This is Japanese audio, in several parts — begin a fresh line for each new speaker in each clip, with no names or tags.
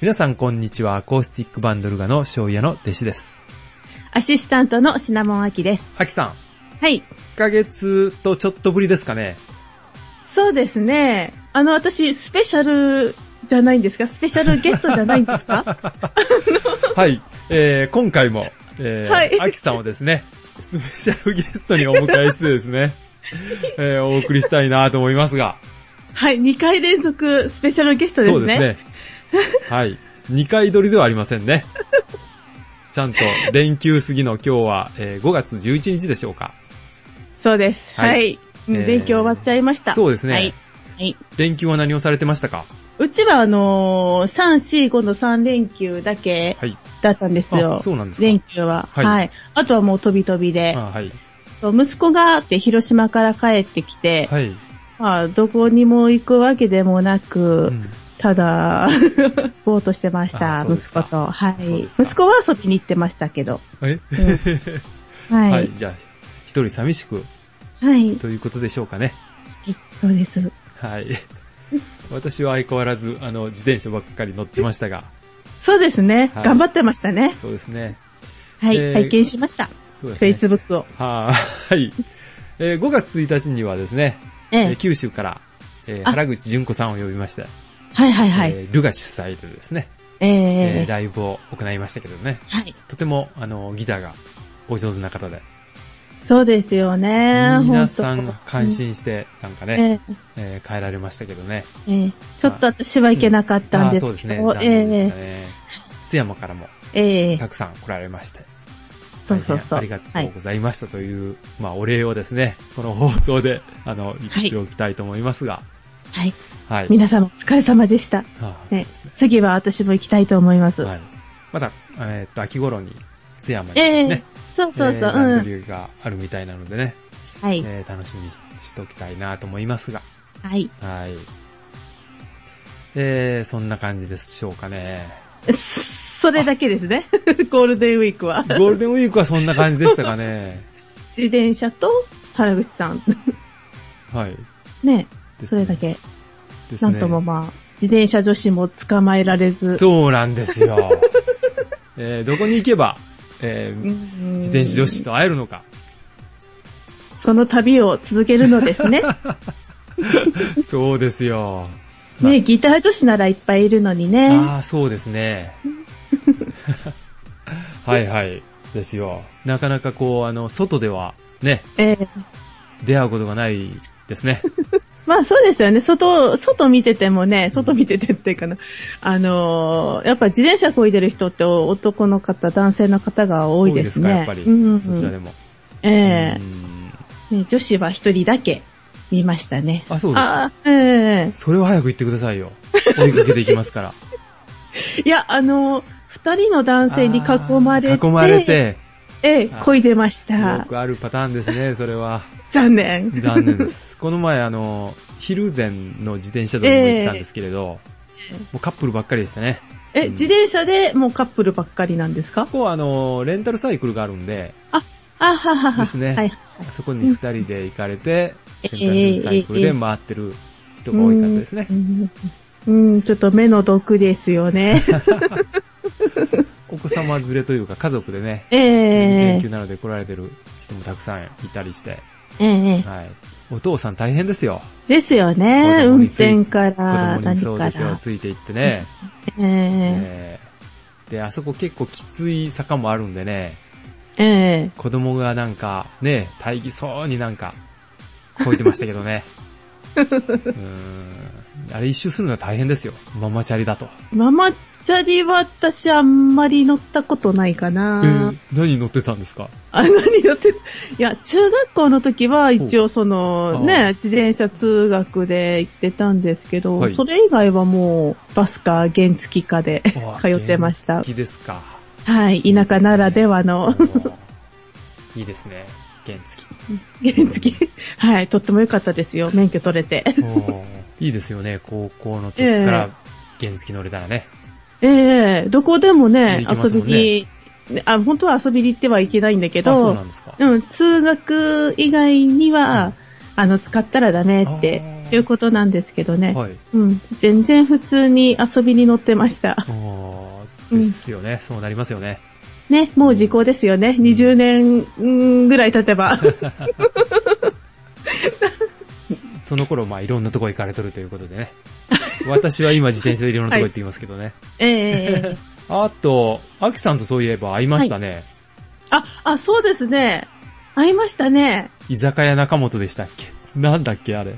皆さんこんにちは、アコースティックバンドルガの醤油屋の弟子です。
アシスタントのシナモンアキです。
アキさん、
はい。
1ヶ月とちょっとぶりですかね。
そうですね。あの、私、スペシャルじゃないんですかスペシャルゲストじゃないんで すか
はい、えー、今回も、えー、
はい
アキさんをですね、スペシャルゲストにお迎えしてです ね、えー、お送りしたいなと思いますが、
はい、2回連続スペシャルゲストですね。
そうですね。はい。2回撮りではありません ね。ちゃんと連休過ぎの今日は、えー5月11日でしょうか。
そうです。
は
はいい。うん
えー
勉強終わっちゃいました。
そうですね
はい。はい、
連休は何をされてましたか
うちはあのー、3、4、5の3連休だけ
はい。
だったんですよ
あ。そうなんですか
連休は、
は
はいい。あとはもう飛び飛びで
あ。はい。
そう息子があって広島から帰ってきて、
はい。
まあ、どこにも行くわけでもな
う
く、
ん
ただ、 ぼーっとしてまし
あ
た、
そうで
息
すか
子と。は
そう
い。
ですか
息子はそっちに行ってましたけど。
え
は
はい、
い。
じゃあ、一人寂しく
はい。
ということでしょうかね。
そうです。
はい。私は相変わらず、あの、自転車ばっかり乗ってましたが、
そうですね。
はい
頑張ってましたね。
そうですね。
はい。
えー
拝見しました。
そうですね。
Facebook を。
はーい。えー5月1日にはですね、え
え
ー
え。
九州から、えー
あ
原口純子さんを呼びまして、
はいはいはい。
えールガ主催でですね、
え
えー
え。
ライブを行いましたけどね、
はい。
とても、あの、ギターがお上手な方で、
そうですよね。
皆さん
ほと
感。心して、なんかね、
ええ。
えー帰られましたけどね。
ええ。ちょっと私は行けなかったん
あー
で
そうです
すけ
ね、
ど。
残
え
念でした
え。
ね。津山からも
ええ。
たくさん来られまして、
そうそう
大変
そう。
ありが
は
とう
い。
ございましたという、まあお礼をですね、この放送で、 あの、言
はい
っておきたいと思いますが、
はい。
はい。
皆様お疲れ様でした。
あーそう
ね
ですね。
次は私も行きたいと思います。
はい。まだ、えーっと、秋頃に津山に
ええ
ね、
そうそう
えー
そう。
ラ
う
ンド
ん。
リューがあるみたいなのでね、
はい。
えー楽しみにししておきたいなと思いますが、
はい。
はい。えー、そんな感じでしょうか ね。
それだけですね。 ゴールデンウィークは。
ゴールデンウィークはそんな感じでしたかね。
自転車と原口さん。
はい。
ね、
ですね
それだ。け。
です
な
ね
んともまあ、自転車女子も捕まえられず。
そうなんです よ。えー、どこに行けば、え
う
ー、
ん
自転車女子と会えるのか。
その旅を続けるのです ね。
そうですよ。まあ
ね、ギター女子ならいっぱいいるのにね。
ああ、そうです ね。はいはい。ですよ。なかなかこう、あの、外では、ね、
ええ
出会うことがないですね。
まあそうですよね。外、外見ててもね、外見ててっていうかな。あのーやっぱ自転車漕いでる人って男の方、男性の方が多いですね。
か、やっぱり。
うん。
そちらでも。
ええ
うん
ね、女子は一人だけ見ましたね。
あ、そうですか。
ああ、ええ
それを早く言ってくださいよ。追いかけていきます から。
いや、あの、二人の男性に囲まれて、
あー囲まれて、
ええ、
あー
漕いでまし
よ
た。
くあるパターンですね、それは。
残念。
残念です。この前、あの、昼前の自転車道にも行ったんですけれど、
ええ
もうカップルばっかりでしたね。
え、自転車でもうカップルばっかりなんですか
ここはあの、レンタルサイクルがあるんで、
あははは。
ですね
はい。
あそこに二人で行かれて、
え
レンタルサイクルで回ってる人が多い方ですね
う。んうん、ちょっと目の毒です よね。
お子様連れというか家族でね、
え
連
え
休なので来られてる人もたくさんいたりして、
ええ
はい。お父さん大変ですよ。
ですよね。
子供
運
につい
転か
子
ら、
供に
何
そう
か
ですよ、
ら。
ついていってね。
ええ
えーで、あそこ結構きつい坂もあるんでね、
ええ
子供がなんか、ね、大義そうになんか、こいてましたけど ね。うーん。あれ一周するのは大変ですよ。ママチャリだと。
ママチャリは私あんまり乗ったことないか
え
な。
ー何乗ってたんですか
あ、何やって、いや、中学校の時は一応そ
ほ
の
うああ
ね、自転車通学で行ってたんですけど、
はい
それ以外はもうバスか原付かで 通ってまし
好
た。
きですか。
はい、田舎ならでは
お
の
ーいいですね。原付き。
原付。はい、とっても良かったですよ、免許取れて。
おーいいですよね。高校の時から原付き乗れたらね。
ええどこでもね
行きま
遊
すも
び
んね
にねあ、本当は遊びに行ってはいけないんだけ
あそうな
ど
ん、ですか。
うん、通学以外には、
うん
あの、使ったらだねって
あー
いうことなんですけどね。
はい。
うん、全然普通に遊びに乗ってました。
あーですよね、そうなりますよね。
ね、もう時効ですよね。20年うんぐらい経て ば。
その頃、まあいろんなとこ行かれとるということで ね。私は今自転車でいろんなとこ行っていますけどね。
ええ
あと、アキさんとそういえば会いましたね。
あ、あ、そうですね。会いましたね。
居酒屋中本でしたっけなんだっけあれ。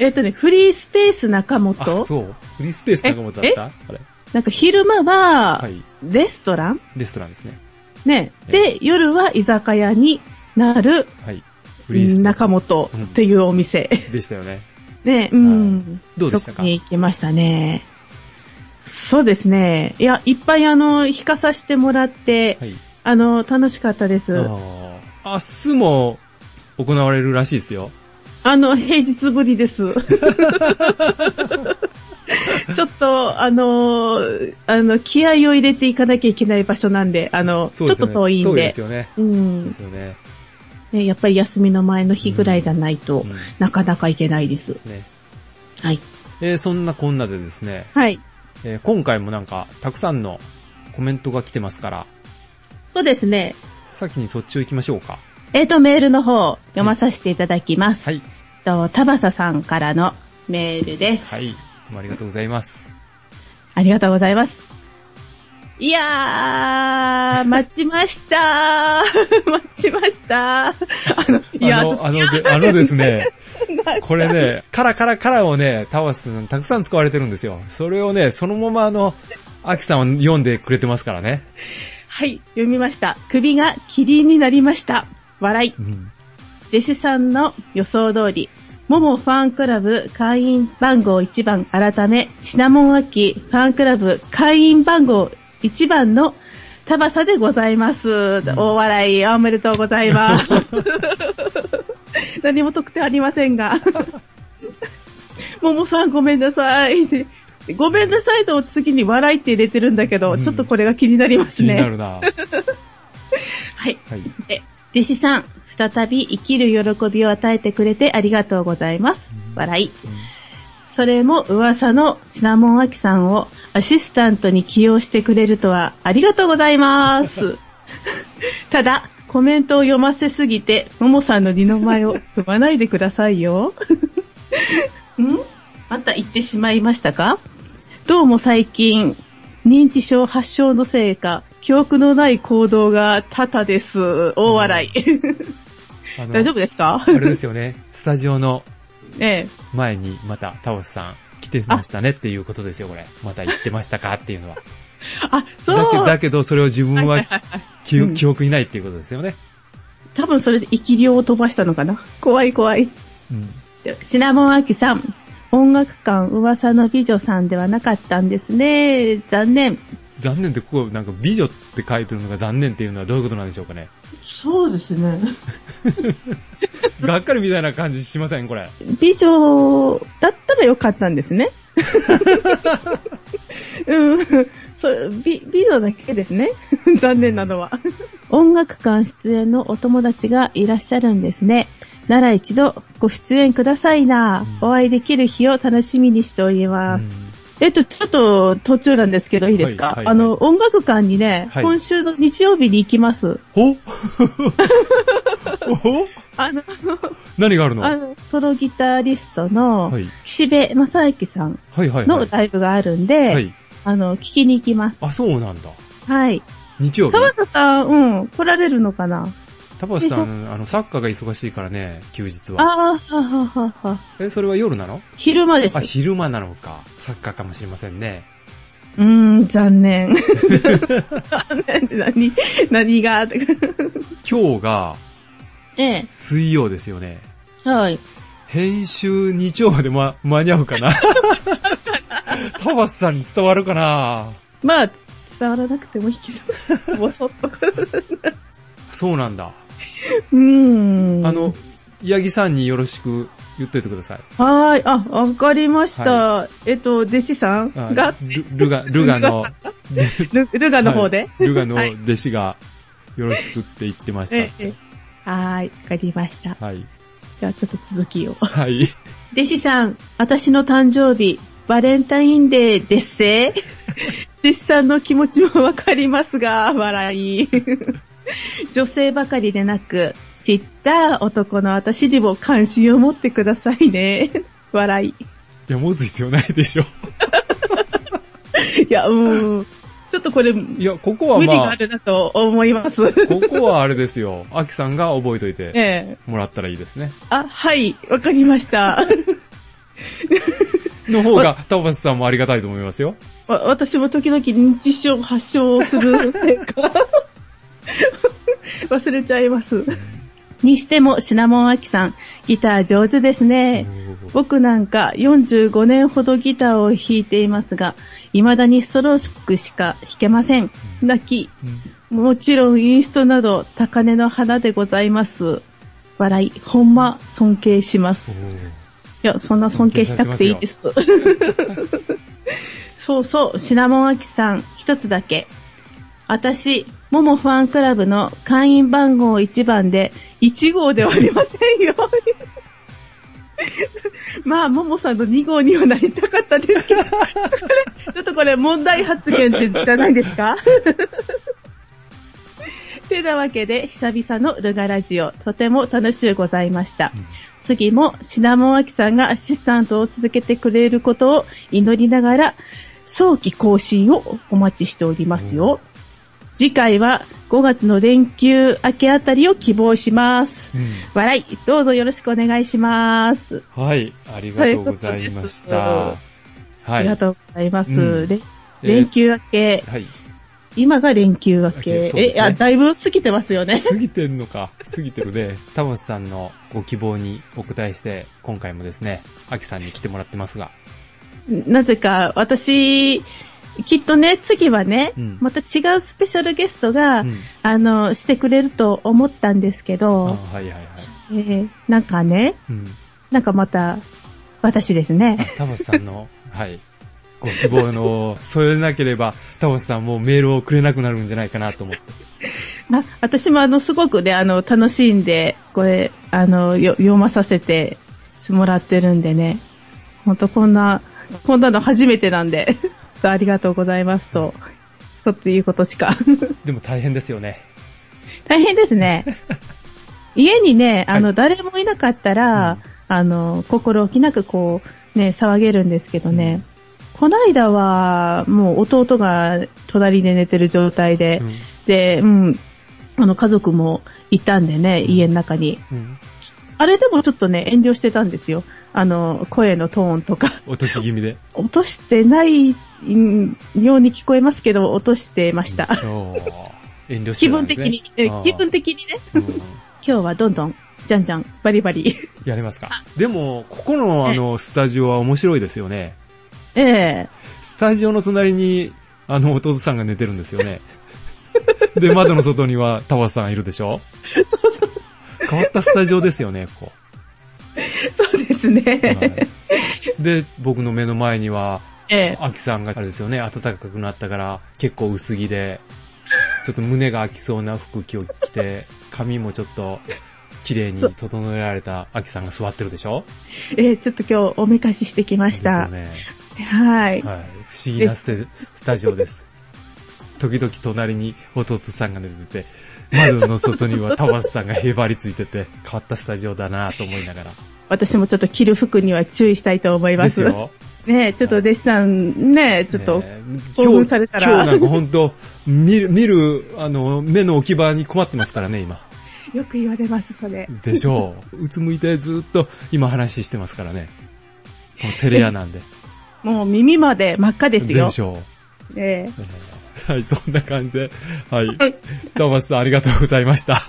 えっ、とね、フリースペース中
あ、
本。
そう。フリースペース中本だったあれ。
なんか昼間
は
は、
い。
レストラン、
レストランですね。
ね。で、夜は居酒屋になる
はい。フリースペース
中本っていうお店。
でしたよね。
ね、うん。
どうでした
そこ
か
に行きましたね。そうですね。いや、いっぱいあの、引かさせてもらって、
はい。
あの、楽しかったです。
あー明日も行われるらしいですよ。
あの、平日ぶ りです。ちょっと、あのーあの、気合を入れていかなきゃいけない場所なんで、あの、ち
そう
ょ
で
っ
すよ
と
ね。
遠いん
で
で。
すよね。
うん
で、すよね。
ね。やっぱり休みの前の日ぐらいじゃないと、
うん
なかなかいけないです。
ね
はい。
えーそんなこんなでですね、
はい。
えー今回もなんか、たくさんのコメントが来てますから、
そうですね。
先にそっちを行きましょうか。
えっ、と、メールの方、読まさせていただきます。
はい。
と、田バサさんからのメールです。
はい。いつもありがとうございます。
ありがとうございます。いやー、待ちました ー。待ちましたー。あの、いや
あ
ー、
の、あので、あのですね、これね、カラカラカラをね、タワスさんたくさん使われてるんですよ。それをね、そのままあの、アキさんは読んでくれてますからね。
はい、読みました。首がキリンになりました。笑い。
うん。
弟子さんの予想通り、モモファンクラブ会員番号1番改め、シナモンアキファンクラブ会員番号1番のタバサでございます。大笑い、おめでとうござ います。何も特典ありませんが。モモさんごめんなさい。ごめんなさいと次に笑いって入れてるんだけど、
うん
ちょっとこれが気になります
気にな
ね。
るな。
はい。
はい。
え、弟子さん、再び生きる喜びを与えてくれてありがとうございます。笑い。それも噂のシナモンアキさんをアシスタントに起用してくれるとはありがとうございます。ただ、コメントを読ませすぎて、ももさんの二の舞を踏まないでくださいよ。 んまた言ってしまいましたかどうも最近、認知症発症のせいか、記憶のない行動が多々です。大笑い。
あの
大丈夫ですか
あれですよね、スタジオの
ええ。
前にまたタオスさん来てましたねっていうことですよ、これ。また言ってましたかっていうのは。
あ、そう。
だけだけど、それを自分
はい
は
はいはい
記
うん
記憶にないっていうことですよね。
多分それで生き量を飛ばしたのかな。怖い怖い。
うん。
シナモンアキさん、音楽館噂の美女さんではなかったんですね。残念。
残念って、ここなんか美女って書いてるのが残念っていうのはどういうことなんでしょうかね。
そうですね。
がっかりみたいな感じしません、これ。
美女だったらよかったんです ね。うん、そう美美女だけですね。残念なのは。音楽館出演のお友達がいらっしゃるんですね。なら一度ご出演くださいな。
うん
お会いできる日を楽しみにしております。えっと、ちょっと途中なんですけどいいですか、
はいはい
あの、音楽館にね、
はい
今週の日曜日に行きます。
ほ ほ
あ の、
何があるの
あの、ソロギタリストの
はい、
岸辺正幸さん
はいはいは
の
い。
ライブがあるんで、
はい。
あの、聞きに行きます。
あ、そうなんだ。
はい。
日曜日
田。畑さん、うん、来られるのかな
タバスさん、あの、サッカーが忙しいからね、休日は。
ああ、はははは。
え、それは夜なの
昼間です
あ、。昼間なのか。サッカーかもしれませんね。
うーん、残 念。残念って何 何が
今日が
え
水曜ですよね。
え。はい。
編集日曜までま、間に合うか なタバスさんに伝わるかな
まあ、伝わらなくてもいいけど、 ぼそっと。
そうなんだ。
うーん。
あの、八木さんによろしく言っといてください。
はーい。あ、わかりました。えっと、弟子さん
あ
が、
ルルガ、ルガの、
ルルガの方で。
はいルガの
はい
弟子がよろしくって言ってました
え
っ
え
て。
はーい。わかりました。
はい。
じゃあちょっと続きを。
はい。
弟子さん、私の誕生日、バレンタインデーですせ弟子さんの気持ちもわかりますが、笑い。 女性ばかりでなく、ちった男の私にも関心を持ってくださいね。 笑
いや、持つ必要ないでしょ。
い。いや、うん。ちょっとこれ、無
いや、ここは
理
ま
があ
あ、
るなと思います。
ここはあれですよ。アキさんが覚えといて
ええ。
もらったらいいですね。
あ、はい、わかりました。
の方が、タオバスさんもありがたいと思いますよ。
わ私も時々認知症発症をす るせいか、忘れちゃいます。にしても、シナモンアキさん、ギター上手ですね。僕なんか45年ほどギターを弾いていますが、未だにストロークしか弾けません。泣き、
うん
もちろんインストなど高嶺の花でございます。笑い、ほんま尊敬します。いや、そんな尊敬しなくていいです。 そうそう、シナモンアキさん、一つだけ。私、モモファンクラブの会員番号1番で、1号ではありませんよ。 まあ、モモさんの2号にはなりたかったですけど、こ れちょっとこれ問題発言ってじゃないですか てなわけで、久々のルガラジオ、とても楽しゅうございました。次もシナモンアキさんがアシスタントを続けてくれることを祈りながら、早期更新をお待ちしておりますよ。次回は5月の連休明けあたりを希望します。
うん
笑い、どうぞよろしくお願いします。
はい。ありがとうございました。
あ
は
りが
い。
とうございます。
うん
で
えー
連休明け、
はい。
今が連休明
明け
け。
そうですね
え、あ、だいぶ過ぎてますよね。
過ぎてるのか。過ぎてるね。タモスさんのご希望にお答えして、今回もですね、アキさんに来てもらってますが。
なぜか、私、きっとね、次はね、
うん
また違うスペシャルゲストが、
うん。
あの、してくれると思ったんですけ
あ
ど、
はいはいはい。
えーなんかね、
うん。
なんかまた、私です
あ
ね。
タモスさんの、はい。ご希望の、それでなければ、タモスさんもうメールをくれなくなるんじゃないかなと思って。
あ私もあの、すごくね、あの、楽しんで、これ、あの、よ読まさせてもらってるんでね、ほんとこんな、こんなの初めてなんで、 ありがとうございますと、そうっていうことしか。
でも大変ですよね。
大変で すね。家にね、あ
は
の、誰もいなかったら、
うん
あの、心置きなくこう、ね、騒げるんですけどね。こないだは、もう弟が隣で寝てる状態で、
うん。
で、うん、あの、家族もいたんでね、
ん
家の中に。
うん。
あれでもちょっとね、遠慮してたんですよ。あの、声のトーンとか。
落とし気味で。
落としてないうんように聞こえますけど、落としてました。
うんおー遠慮してた
気
ん
分
です
的
ね
に、うん気分的にね。
あーうん
今日はどんどん、じゃんじゃん、バリバリ。
やれますか。でも、ここのあの、スタジオは面白いですよね。
ええ
スタジオの隣に、あの、弟さんが寝てるんですよ ね。で、窓の外には、タワさんいるでしょ
そうそう、
変わったスタジオですよね、ここ。
そうですね。
はいで、僕の目の前には、
ええ
アキさんが、あれですよね、暖かくなったから、結構薄着で、ちょっと胸が開きそうな服を着て、髪もちょっと、綺麗に整えられたアキさんが座ってるでしょ
ええちょっと今日おめかししてきました。
ですよね。
はい。
はい。不思議なステスタジオです。時々隣に弟さんが寝てて、窓の外にはタワスさんがへばりついてて、変わったスタジオだなぁと思いながら。
私もちょっと着る服には注意したいと思いま。
ですすよ。
ねえ、ちょっと弟子さん、ねえ、ちょっと、
ねえ
興奮されたら
今日今日なんか本当見る、見る、あの、目の置き場に困ってますからね、今。
よく言われます、それ。
でしょう。うつむいてずっと今話してますからね。もうテレ屋なんで。
もう耳まで真っ赤ですよ
で。しょう。
ええ
はい、そんな感じで。 はい。トーマスさんありがとうございました。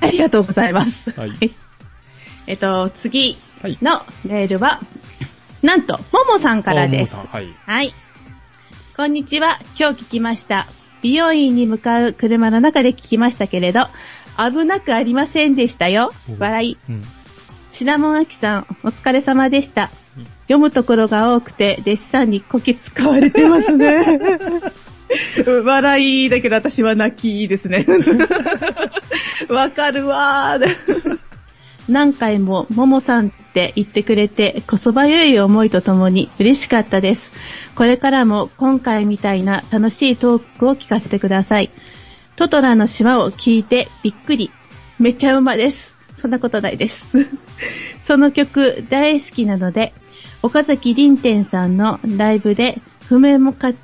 ありがとうございます。
はい。
えっと、次
はい。
のメールは、なんと、ももさんから
あも
で
も
す
さ。ん、はい。
はい。こんにちは。今日聞きました。美容院に向かう車の中で聞きましたけれど、危なくありませんでしたよ
お。
笑い。
うん。
シナモンアキさん、お疲れ様でした。読むところが多くて、弟子さんにこき使われてますね。 笑いだけど私は泣きです ね。わかるわー。何回も、ももさんって言ってくれて、こそばゆい思いとともに嬉しかったです。これからも今回みたいな楽しいトークを聞かせてください。トトラの島を聞いてびっくり。めっちゃうまです。そんなことないです。その曲大好きなので、岡崎凛天さんのライブで譜面も買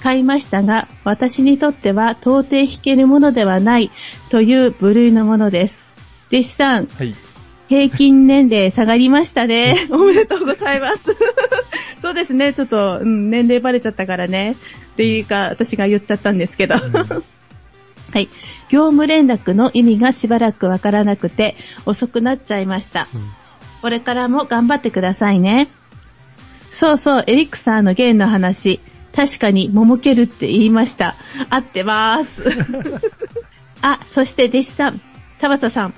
買いましたが、私にとっては到底弾けるものではないという部類のものです。弟子さん、
はい。
平均年齢下がりましたね。おめでとうございます。 そうですね、ちょっと、うん、年齢バレちゃったからね。っていうか、私が言っちゃったんですけど。
うん
はい。業務連絡の意味がしばらくわからなくて、遅くなっちゃいました。
うん
これからも頑張ってくださいね。そうそう、エリクサーのゲンの話。確かに、ももけるって言いました。合っ てます。 あ、そして弟子さん、田畑さん。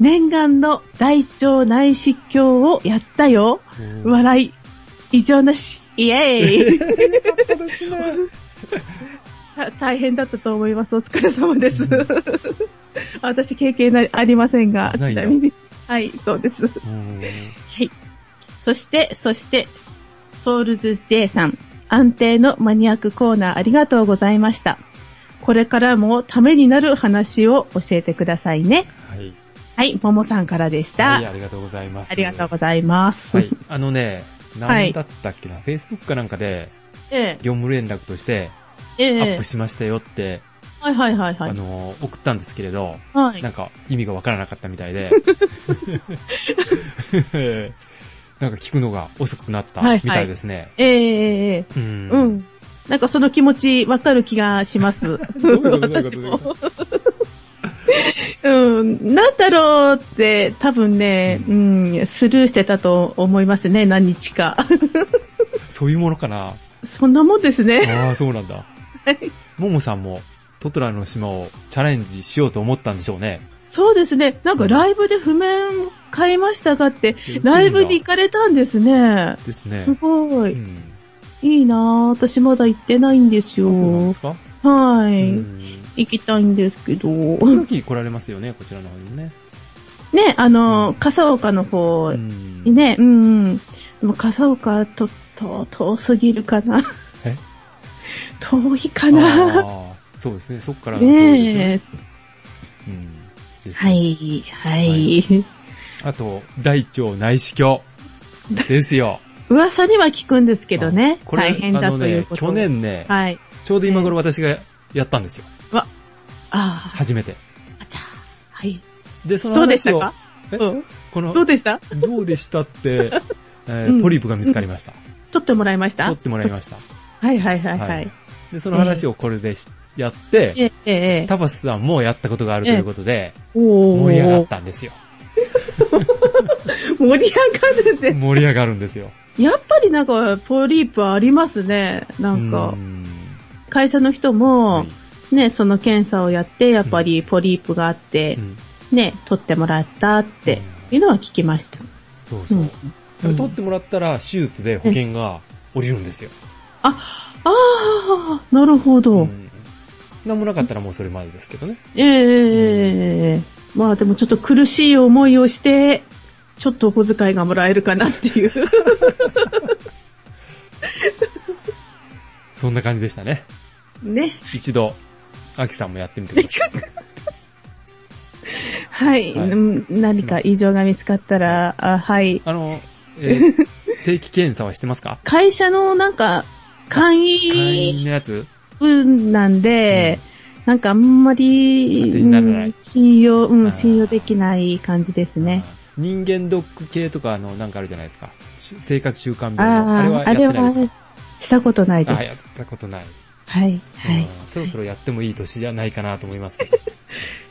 念願の大腸内視鏡をやったよ。
うん
笑い。異常なし。イエ ーイ。た大変だったと思います。お疲れ様で す。
うん
私経験なありませんが、
な
ち
いの
なみに。はい、そうです。は
うん
い。そして、そして、ソウルズ J さん、安定のマニアックコーナーありがとうございました。これからもためになる話を教えてくださいね。
はい。
はい、ももさんからでした。
はい、ありがとうございます。
ありがとうございます。
はい。あのね、
は
何
い
だったっけな、Facebook かなんかで、
え
業務連絡として、
え、
ア
え
ッ
え
プ、しましたよって、
はいはいはいは
あ
い。
の、送ったんですけれど、
はい
なんか意味がわからなかったみたい で、なんか聞くのが遅くなったみたいですね。
ええええ
う。
うんん。なんかその気持ちわかる気がします。
ういうことどういうこと
私も。うん、なんだろうって多分ね、
う
うん、スルーしてたと思いますね、何日か。
そういうものかな
そんなもんですね。
ああ、そうなんだ。ももさんも、トトラの島をチャレンジしようと思ったんでしょうね。
そうですね、なんかライブで譜面買いましたがって、ライブに行かれたんですね。
ですね
す。ご
う
い。
ん。
いいなぁ。私まだ行ってないんですよ
あ。そうなんですか
は
う
い。
ん。
行きたいんですけど。
時々来られますよね、こちらの方にもね。
ね、あ
うん
の、笠岡の方
うん
にね、うんうん。でも、笠岡、ちょっと、遠すぎるかな。
え
遠いかな。
あーそうですね、そっからの通りですよ
ねえ。
うんですね
はい、は。
はいあと、大腸内視鏡。ですよ。
噂には聞くんですけどね
あ。これ
大変だ
あの
という
ね
こと。
去。年ね、
はい。
ちょうど今頃私がやったんですよ。
あ
初めて。
あ、あちゃーはい。
で、その
どうでし
話
た
を、
か
え
うん。
この
どう、でした
どうでした って、え
う
ー
ん
ポリープが見つかりました。
撮ってもらいました
取ってもらいました。
はいはいはいは
はい
い。
で、その話をこれでしやって
え、え、ええ。
タバスさんもやったことがあるということで、
お
盛り上がっ
ー。
たんですよ。
盛り上がるんです。
盛り上がるんですよ。
やっぱりなんか、ポリープありますね。なん
う
か、
ん
会社の人も、
はい
ね、その検査をやって、やっぱりポリープがあって
う、ん
ね、取ってもらったっていうのは聞きました。
そうそう
うん
でも。取ってもらったら、手術で保険が降りるんですよ。
あ、ああ、なるほ
う
ど。
んなんもなかったらもうそれまでですけどね。
ええまあでもちょっと苦しい思いをして、ちょっとお小遣いがもらえるかなって いう。
そんな感じでしたね。
ね。
一度、アキさんもやってみてく ださい。
はい、
はい
うん何か異常が見つかったら、あはい。
あの、えー 定期検査はしてますか
会社のなんか、簡
会
易
員のやつ
分なんで、なんかあんまり、
当てにならない
うん信用、う
あー
ん、信用できない感じですね。
あー人間ドック系とかあの、なんかあるじゃないですか。し生活習慣病の。あれ
あ
は
あ、あれ
やってないです
は
か
したことないで
あ
す。
ーやったことない。
はい、
う
はい
ん。そろそろやってもいい年じゃないかなと思いますけど。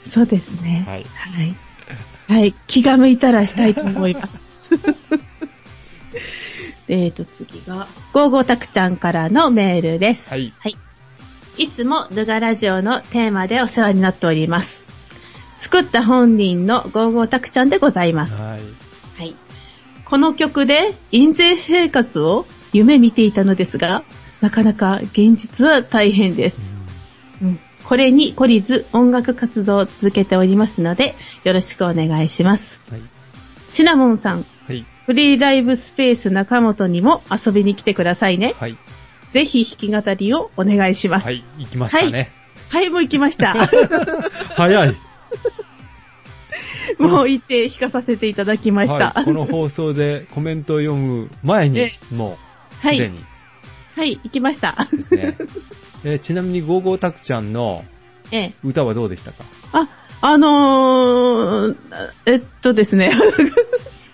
そうですね。
はい。
はい。はい。気が向いたらしたいと思います。 えーと、次が、ゴーゴータクちゃんからのメールです。
はい。
いつもルガラジオのテーマでお世話になっております。作った本人のゴーゴータクちゃんでございます。
はい。
はい。この曲で印税生活を夢見ていたのですが、なかなか現実は大変です。うんこれに懲りず音楽活動を続けておりますので、よろしくお願いします。
はい。
シナモンさん、
はい。
フリーライブスペース中本にも遊びに来てくださいね。
はい。
ぜひ弾き語りをお願いします。
は
はい、
い。行きましたね。
もう行きました。
早い。
もう行って弾かさせていただきました。
はい。この放送でコメントを読む前に
え、
もう、
は
す
い
でに
はい、行きました。
ですね。 えーちなみに、ゴーゴータクちゃんの
ええ。
歌はどうでしたか
あ、あのー、えっとですね。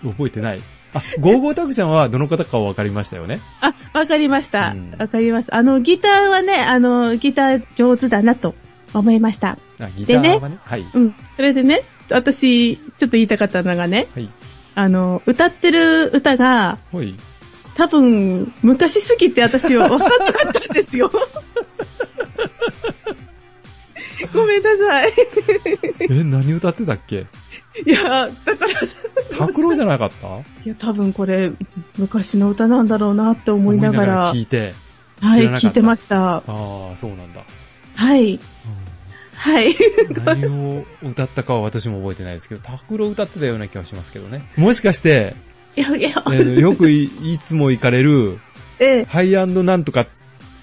覚えてない。あ、ゴーゴータクちゃんはどの方か分かりましたよね。
あ、わかりました
うん。
わかりました。あの、ギターはね、あの、ギター上手だなと思いました。
あ、ギターはね。はい。
うん。それでね、私、ちょっと言いたかったのがね、
はい。
あの、歌ってる歌が、
はい。
多分、昔すぎて私は分かんなかったんで すよ。ごめんなさい。
え、何歌ってたっけ
いや、だから、
拓郎じゃなかった
いや、多分これ、昔の歌なんだろうなって思いながら、
聞いて。
は
知
い
らなか、った
聞いてました。
ああ、そうなんだ。
はい、はい。
何を歌ったかは私も覚えてないですけど、拓郎歌ってたような気がしますけどね。もしかして、
いやいや
え、ーよくいいつも行かれる、
え
ハイなんとか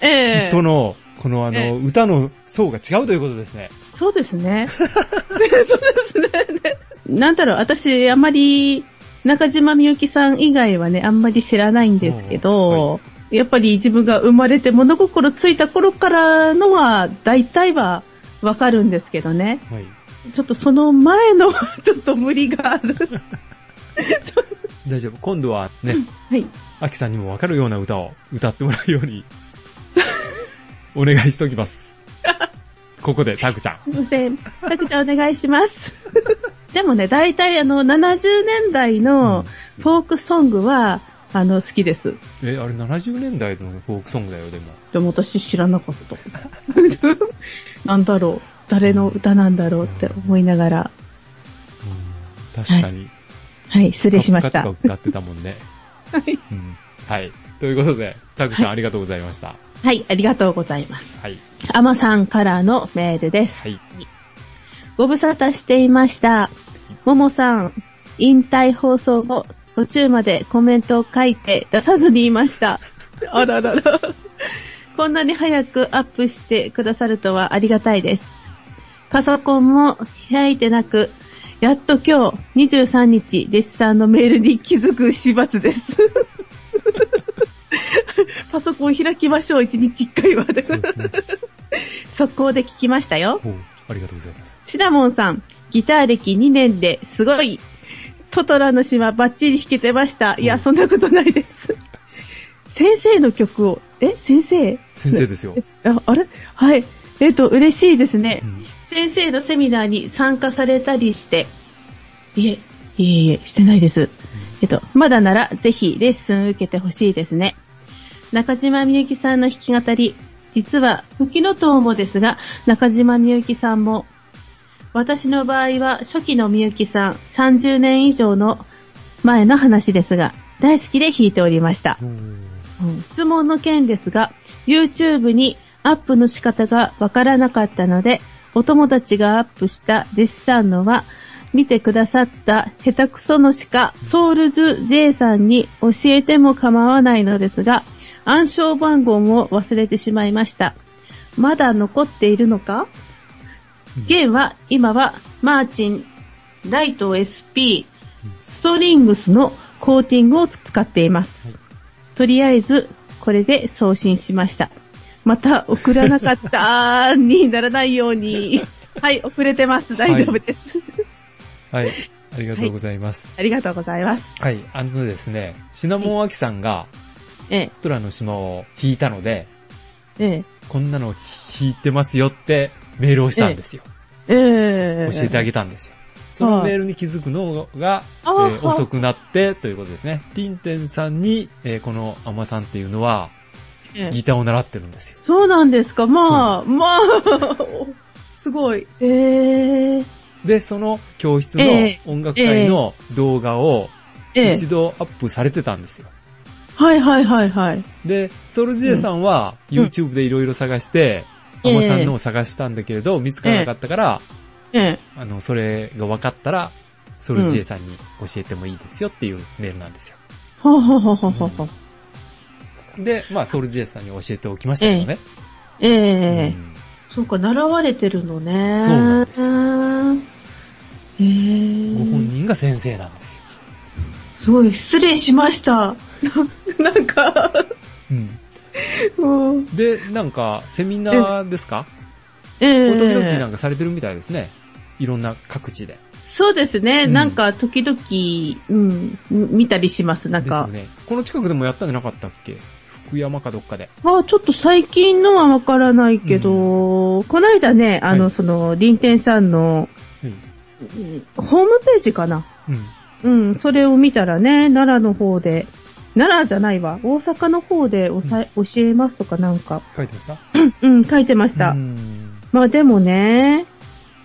え、ええ
と、の、このあ
え
の、歌の層が違うということですね。
そうです ね。そうですね。なんだろう、私、あんまり、中島みゆきさん以外はね、あんまり知らないんですけど、やっぱり自分が生まれて物心ついた頃からのは、大体はわかるんですけどね。
はい。
ちょっとその前の、 ちょっと無理がある。
大丈夫。今度はね、
はい。
アキさんにもわかるような歌を歌ってもらうよう に、お願いしておきます。ここで、タクちゃん。
すいません。たくちゃんお願いします。 でもね、大体あの、70年代のフォークソングは、あの、好きです。
え、あれ70年代のフォークソングだよ、でも。
でも私知らなかった。 なんだろう。誰の歌なんだろうって思いながら。
確かに。
はい、失礼しました。
カ
は
ッカッカッカッカッ歌ってたもんね。
い
うんはい。ということで、タクちゃんありがとうございました。
はい、ありがとうございます。
はい。
アマさんからのメールです。
はい。
ご無沙汰していました。ももさん、引退放送後、途中までコメントを書いて出さずにい ました。あららら。こんなに早くアップしてくださるとはありがたいです。パソコンも開いてなく、やっと今日23日、弟子さんのメールに気づく始 末です。パソコン開きましょう、1日1回は。
そうですね。
速攻で聞きましたよ。
ほうありがとうございます。
シナモンさん、ギター歴2年ですごい、トトラの島バッチリ弾けてました。いや、
うん
そんなことないです。先生の曲を、え先生
先生 ですよ。
ああれはい。えっと、嬉しいですね。
うん
先生のセミナーに参加されたりして、いえ、いえいえ、してないです。えっと、まだならぜひレッスン受けてほしいですね。中島みゆきさんの弾き語り、実は、時の塔もですが、中島みゆきさんも、私の場合は初期のみゆきさん30年以上の前の話ですが、大好きで弾いておりました。質問の件ですが、YouTube にアップの仕方がわからなかったので、お友達がアップした弟子さんのは、見てくださった下手くそのしか、ソウルズ J さんに教えても構わないのですが、暗証番号も忘れてしまいました。まだ残っているのかゲンは、今は、マーチン、ライト SP、ストリングスのコーティングを使っています。
はい
とりあえず、これで送信しました。また、送らなかったにならないよ うに。はい、遅れてます。大丈夫です。
はい。ありがとうございます。
ありがとうございます。
はい。あのですね、シナモンアキさんが、
ええ、
トラの島を弾いたので、
ええ、
こんなの弾いてますよってメールをしたんですよ。
ええ。
教えてあげたんですよ。そのメールに気づくのが、え
あ
ー
ー
遅くなってということですね。リンテンさんに、えーこのアマさんっていうのは、
ええ
ギターを習ってるんですよ。
そうなんですか。まあ、まあ、 すごい。ええ、
で、その教室
え
の音楽会の動画を
ええ
一度アップされてたんですよ。
はいはいはいはい。
で、ソルジエさんは
うん
YouTube でいろいろ探して、ア
ええ
マさんのを探したんだけれど、見つからなかったから、
ええ。
あの、それが分かったら、ソルジエさんに教えてもいいですよっていうメールなんですよ。
ほうほうほうほうほうほう。
で、まあ、ソルジエさんに教えておきましたけどね。
え
う
え。
ん
そうか、習われてるのね。
そうなんですよ
ええ
ご本人が先生なんですよ。
すごい、失礼しました。 ななんか、
うん
もう、
で、なんか、セミナーですか
ええ
時々なんかされてるみたいですね。いろんな各地で。
そうですね、
うん
なんか時々、うん、み見たりします、なん
ですよ
か。
ね。この近くでもやったんじゃなかったっけ福山かどっかで。
まあちょっと最近のはわからないけど、こないだね、あの、
はい
その、林天さんの、
うん。
うんホームページかな
うん。
うん、それを見たらね、奈良の方で、奈良じゃないわ、大阪の方でおさ、教えますとかなんか、
書いてました
うん、書いてました。
うん
まあでもね、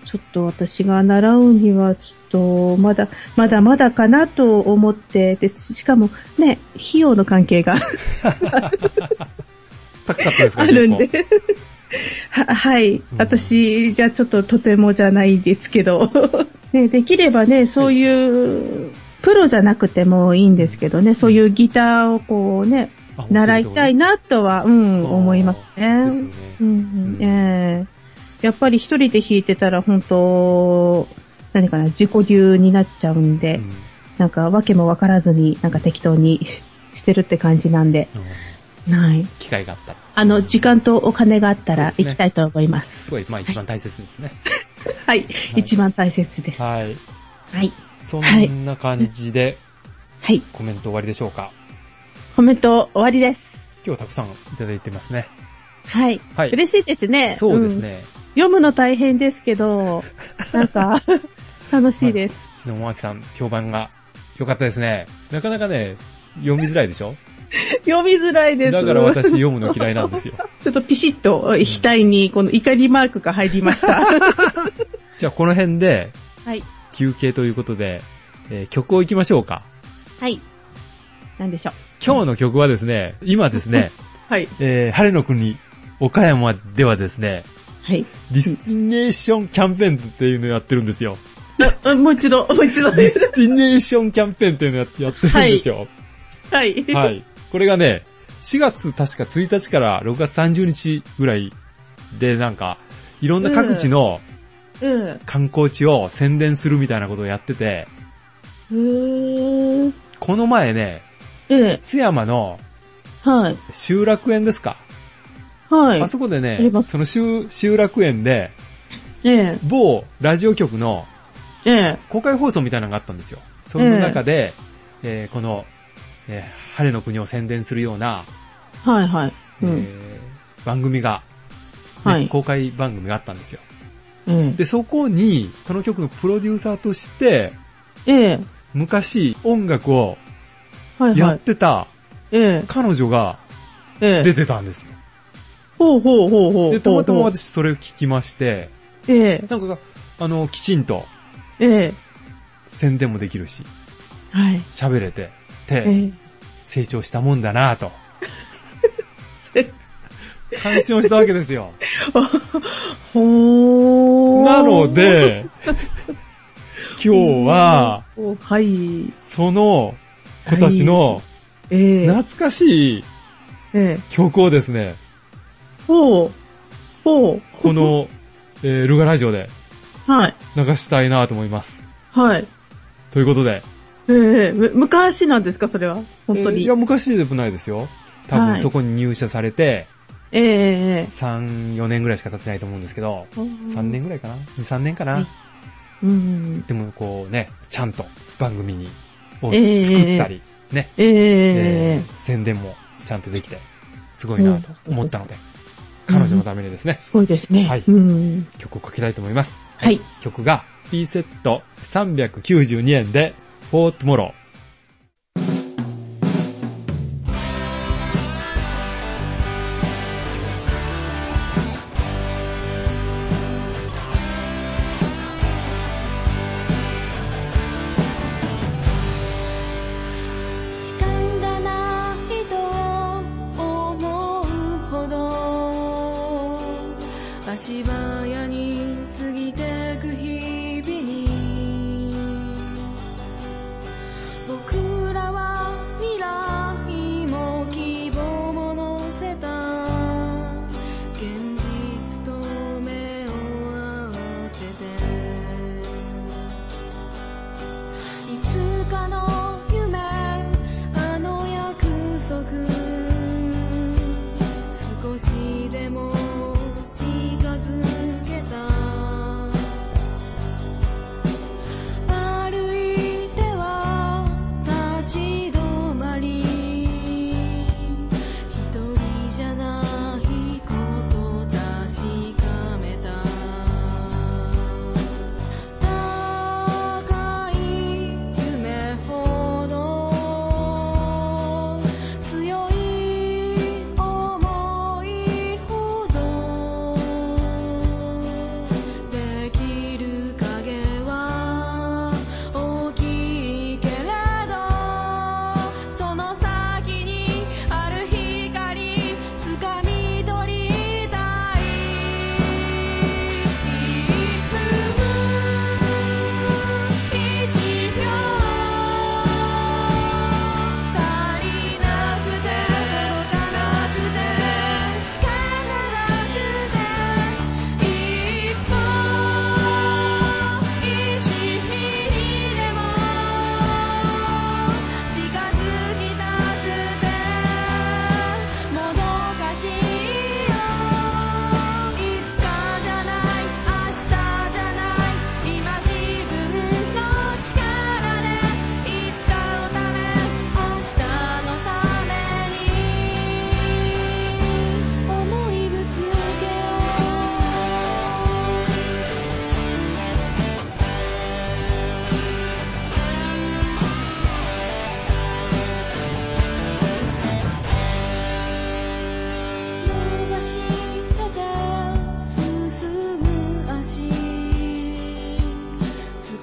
ちょっと私が習うにはちょっとまだ、まだまだかなと思って、で、しかもね、費用の関係 が
高かったですか
あるん。
結
で。は、は
う
い
ん。
私じゃちょっととてもじゃないですけ ど。ね、できればね、そういう、プロじゃなくてもいいんですけどね、そういうギターをこうね、
構あ
習いたいなとは、うん、思います
教え
ね。
てもいいですよね
うん
う
うんん、ええやっぱり一人で弾いてたら本当、何かな、自己流になっちゃうんで、
うん
なんか訳もわからずに、なんか適当に してるって感じなんで、
うん
はい。
機会があったら。
あの、時間とお金があったら
そうですね
行きたいと思います。
すごい、まあ一番大切ですね。
はい、一番大切です。
はい。
はい。
そんな感じで
はい。
コメント終わりでしょうか。
コメント終わりです。
今日たくさんいただいてますね。
はい。
はい。
嬉しいですね。
そうです
ん
ね。
読むの大変ですけど、なん か、楽しいです。
篠本明さん、評判が良かったですね。なかなかね、読みづらいでしょ
読みづらいです。
だから私読むの嫌いなん ですよ。
ちょっとピシッと、額にこの怒りマークが入りま した。
じゃあこの辺で
はい。
休憩ということで、えー曲を行きましょうか。
はい。なんでしょう。
今日の曲はですね、今ですね、
はい。
えー、晴れの国、岡山ではですね、
はい。
ディスティネーションキャンペーンっていうのをやってるんです よ。
あもう一度、もう一度
ディス
です。
ティネーションキャンペーンっていうのをやってやってるんですよ。
はい。
はい。これがね、4月確か1日から6月30日ぐらいでなんか、いろんな各地の
うん。う
観光地を宣伝するみたいなことをやってて、
ーん。
この前ね、
うん。
津山の
はい。
集落園ですか、
はい
あ。そこで
あり
ね
ま、す
その集集落園で
ええ。
某ラジオ局の
ええ。
公開放送みたいなのがあったんですよ。その中で、えーこの、えー晴れの国を宣伝するような、
はいはい。う
え
ん。
ー番組が、ね
はい。
公開番組があったんですよ。
え
で、そこに、その曲のプロデューサーとして、
え。ええ。
昔音楽を
はい
や
は
っ
い。
てた
ええ。
彼女が
ええ
出。てたんですよ。
ほうほうほうほう。
で、たまたま
ほうほう
私それを聞きまして、
ええ。
なんか、あの、きちんと
ええ。
宣伝もできるし、
はい。
喋れて、て、
ええ。
成長したもんだなぁ と、感心をしたわけですよ。
ほー。
なの、で、今日は、、
はい。
その子たちの
ええ。
懐かしい
ええ。
曲をですね、
ほう。ほう。
この、えールガラジオで
はい。
流したいなと思います。
はい。
ということで。
ええむ昔なんですか、それは。本当
えーい
に。
や、昔でもないですよ。多分
はい
そこに入社されて、
ええ
3、4年ぐらいしか経ってないと思うんですけど、3年ぐらいかな ?2、3年か
は
ない
うん。
でもこうね、ちゃんと番組に、を
ええ
作ったり、ね、
え
え
え
ー宣伝もちゃんとできて、すごいなと思ったので、彼女のためにですね、
すごいですね。
はい
うん。
曲をかけたいと思います。
はい。
曲が、P セット392円で、For Tomorrow。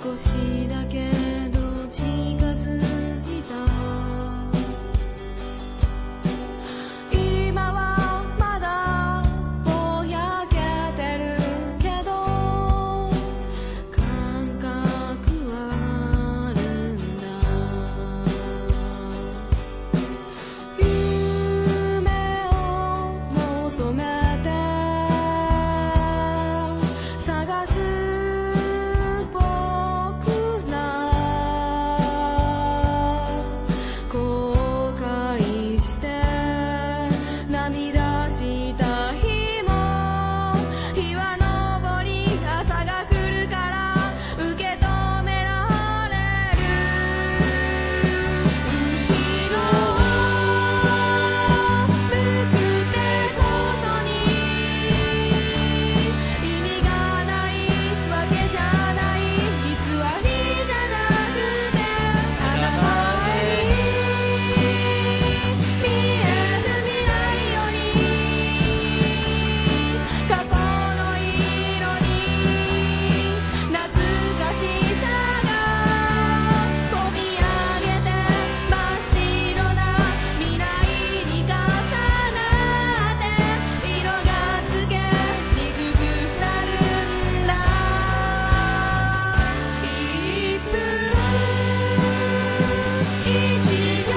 少しだけど近づいた今はまだぼやけてるけど感覚はあるんだ夢を求めて探す僕ら後悔して涙した日も日は昇り朝が来るから受け止められる後ろ「めくってことに意味がないわけじゃない」「偽りじゃなくて」「あなたに見える未来より」「過去の色に懐かしさがこみ上げて」「真っ白な未来に重なって」「色がつけにくくなるんだ」「一分一秒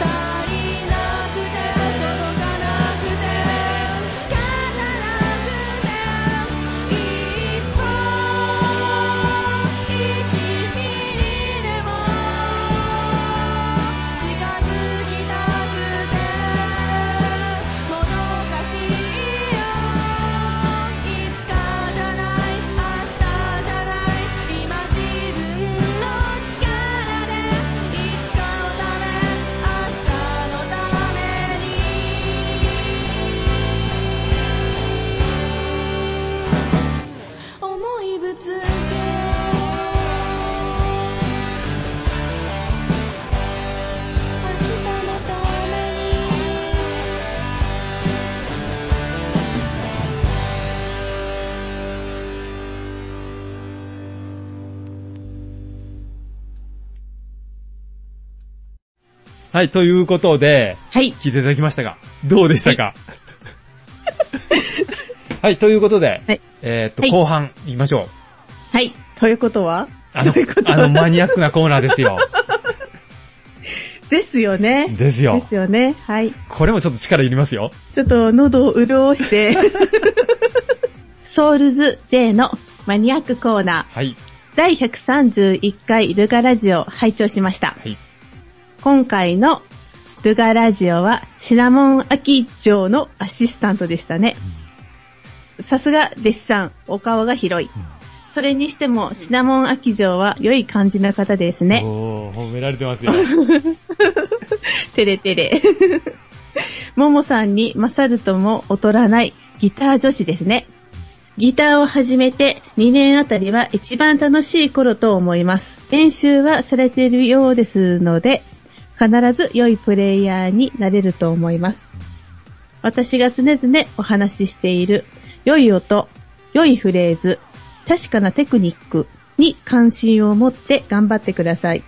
足りなくて届かなくて仕方ないくて一歩一ミリでも近づきたくてもどかしいよいつかじゃない明日じゃない今自分の力でいつかのため明日のために思いぶつけ明日のために
はい、ということで、
はい。
聞いていただきましたが、どうでしたかはい、ということで、
はい
えーっと、
はい
後半行きましょう。
はい。ということは
あの
ということ、は
あのマニアックなコーナーです よ。
ですよね。
ですよ
で。すよね。はい。
これもちょっと力いりますよ。
ちょっと喉を潤して。 ソウルズ J のマニアックコーナー。
はい。
第131回ルガラジオを拝聴しました。
はい。
今回のルガラジオはシナモン秋城のアシスタントでしたね。さすが弟子さん、お顔が広い。それにしてもシナモン秋城は良い感じの方ですね。
おー、褒められて ますよ。
てれてれ。 ももさんに勝るとも劣らないギター女子ですね。ギターを始めて2年あたりは一番楽しい頃と思います。練習はされているようですので、必ず良いプレイヤーになれると思います。私が常々お話ししている良い音、良いフレーズ、確かなテクニックに関心を持って頑張ってください。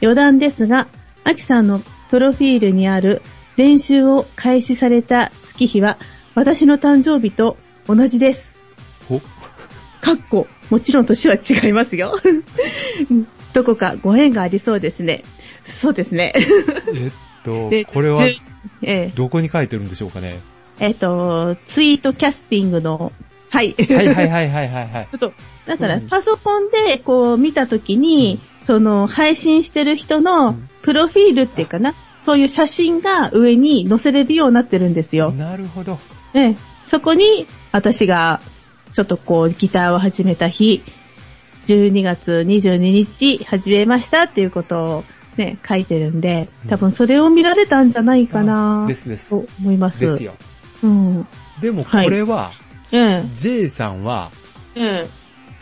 余談ですが、アキさんのプロフィールにある練習を開始された月日は私の誕生日と同じです。
お
かっこ、もちろん年は違いますよ。 どこかご縁がありそうですね。そうですね。
えっと
で、
これは
じゅえ
どこに書いてるんでしょうかね。
ええっと、ツイートキャスティングの、はい。
はいはいはいはいはいはい
ちょっと、だから
うん、
パソコンで、こう、見たときに、その、配信してる人
う
の
ん、
プロフィールっていうかな、そういう写真が上に載せれるようになってるんです よ。
なるほど。
ええそこに、私が、ちょっとこう、ギターを始めた日、12月22日、始めましたっていうことを、ね、書いてるんで、多分それを見られたんじゃないかな
で、すです。
と思います。
ですよ。
うん。
でもこ
はい
れは、
ええ
J さんは、
ええ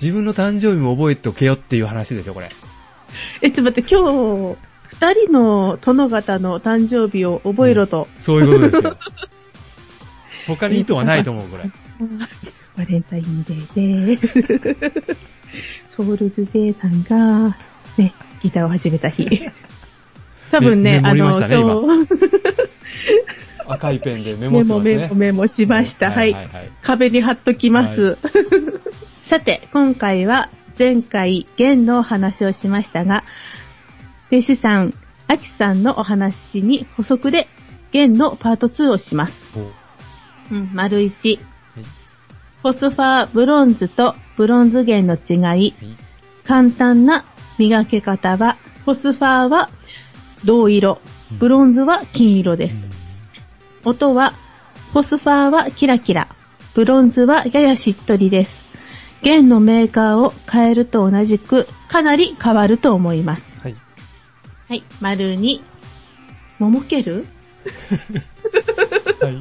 自分の誕生日も覚えておけよっていう話ですよ、これ。
え、ちょっと待って、今日、二人の殿方の誕生日を覚えろと。
そういうことですよ。他に意図はないと思う、これ。
バレンタインデーで、ソウルズデーさんが、ね、ギターを始めた日。多分ね、
メメ
あ
モりま
の、
したね
そう
赤いペンでメモ
メ
って
モ
ます
メ
ね
モ。メモしました。はい。
はいはい。
壁に貼っときます。
は
さて、今回は前回弦のお話をしましたが、弟子さん、アキさんのお話に補足で弦のパート2をします。
お
うん、丸1。フォスファーブロンズとブロンズ弦の違い。簡単な磨け方は、フォスファーは銅色、ブロンズは金色です。音は、フォスファーはキラキラ、ブロンズはややしっとりです。弦のメーカーを変えると同じく、かなり変わると思います。
はい。
はい、丸に、ももける
はい。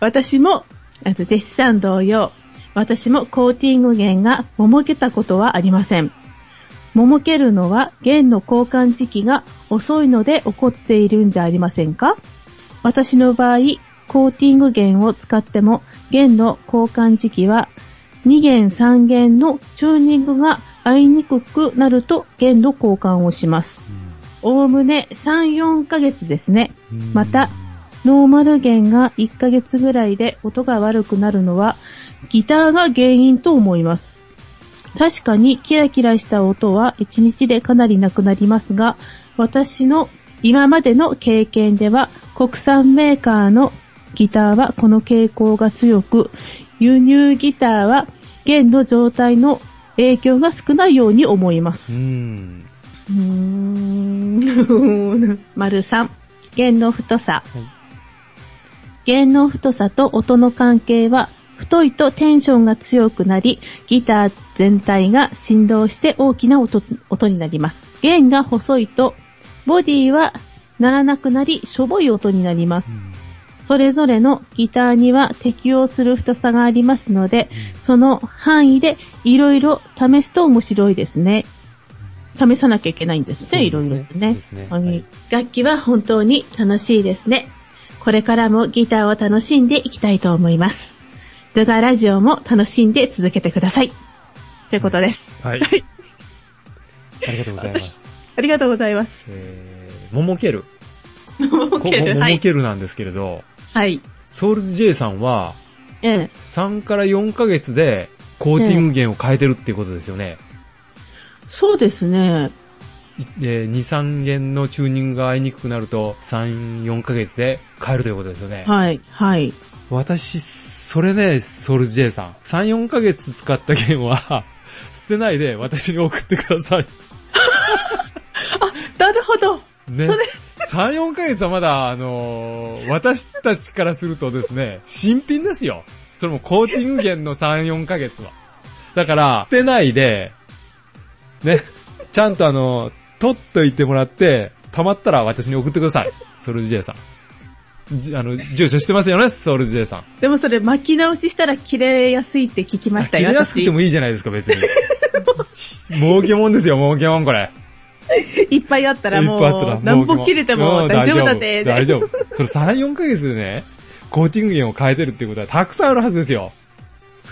私も、あと、弟子さん同様、私もコーティング弦がももけたことはありません。ももけるのは弦の交換時期が遅いので起こっているんじゃありませんか私の場合、コーティング弦を使っても弦の交換時期は2弦3弦のチューニングが合いにくくなると弦の交換をします。おおむね3、4ヶ月ですね。
うん
また、ノーマル弦が1ヶ月ぐらいで音が悪くなるのはギターが原因と思います。確かにキラキラした音は1日でかなりなくなりますが、私の今までの経験では国産メーカーのギターはこの傾向が強く、輸入ギターは弦の状態の影響が少ないように思います
う。ん。
うーん 丸3、弦の太
は
さ。
い
弦の太さと音の関係は、太いとテンションが強くなり、ギター全体が振動して大きな音音になります。弦が細いと、ボディは鳴らなくなり、しょぼい音になります。それぞれのギターには適応する太さがありますので、その範囲でいろいろ試すと面白いですね。試さなきゃいけないんですね、いろいろと
そう
ね
ですね。
は
はいい
楽器は本当に楽しいですね。これからもギターを楽しんでいきたいと思います。ドゥガラジオも楽しんで続けてください。ということです。
はい。ありがとうございます。
ありがとうございます。
えー、ももける。
もも
こ
け
も
る。
も
はい。
けるなんですけれど、
はい。
ソウルズ J さんは、
ええ。
3から4ヶ月でコーティング源を変えてるっていうことですよね。
そうですね。
えー2、3弦のチューニングが合いにくくなると、3、4ヶ月で変えるということですよね。
はい。はい。
私、それね、ソウル J さん。3、4ヶ月使った弦は、捨てないで私に送ってください。
なるほど。
ね。3、4ヶ月はまだ、あのー私たちからするとですね、新品ですよ。それもコーティング源の3、4ヶ月は。だから、捨てないで、ね、ちゃんとあの、取っといてもらって、溜まったら私に送ってください。ソルジ J さん。じあの、住所してますよね、ソルジ J さん。
でもそれ巻き直ししたら切れやすいって聞きました
切
よ。
れやすくてもいいじゃないですか、 別に。儲けもんですよ、儲けもんこれ。
私いっぱいあったら
一歩あった
も
ら
う、なん
も
ぼ
う
切れても
うん
大丈夫だって。
大丈夫。それ3、4ヶ月でね、コーティング源を変えてるっていうことはたくさんあるはずですよ。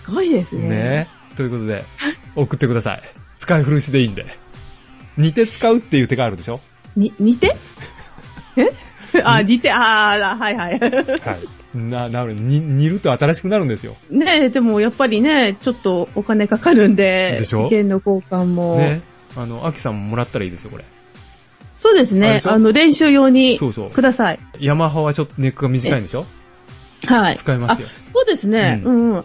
すごいですね。
ねということで、送ってください。使い古しでいいんで。似て使うっていう手があるでしょ
に、似てえあ、似て、あー、はい はい。
はい。な、なる、に、煮ると新しくなるんですよ。
ねえ、でもやっぱりね、ちょっとお金かかるんで、
でしょ
弦の交換も。
ね。あの、秋さんももらったらいいですよ、これ。
そうです
あれ
ね
で、しょ
あの、練習用に
そうそう
ください。
ヤマハはちょっとネックが短いんでしょ
はい。
使いますよ
あそうですね、
う
うん、うん。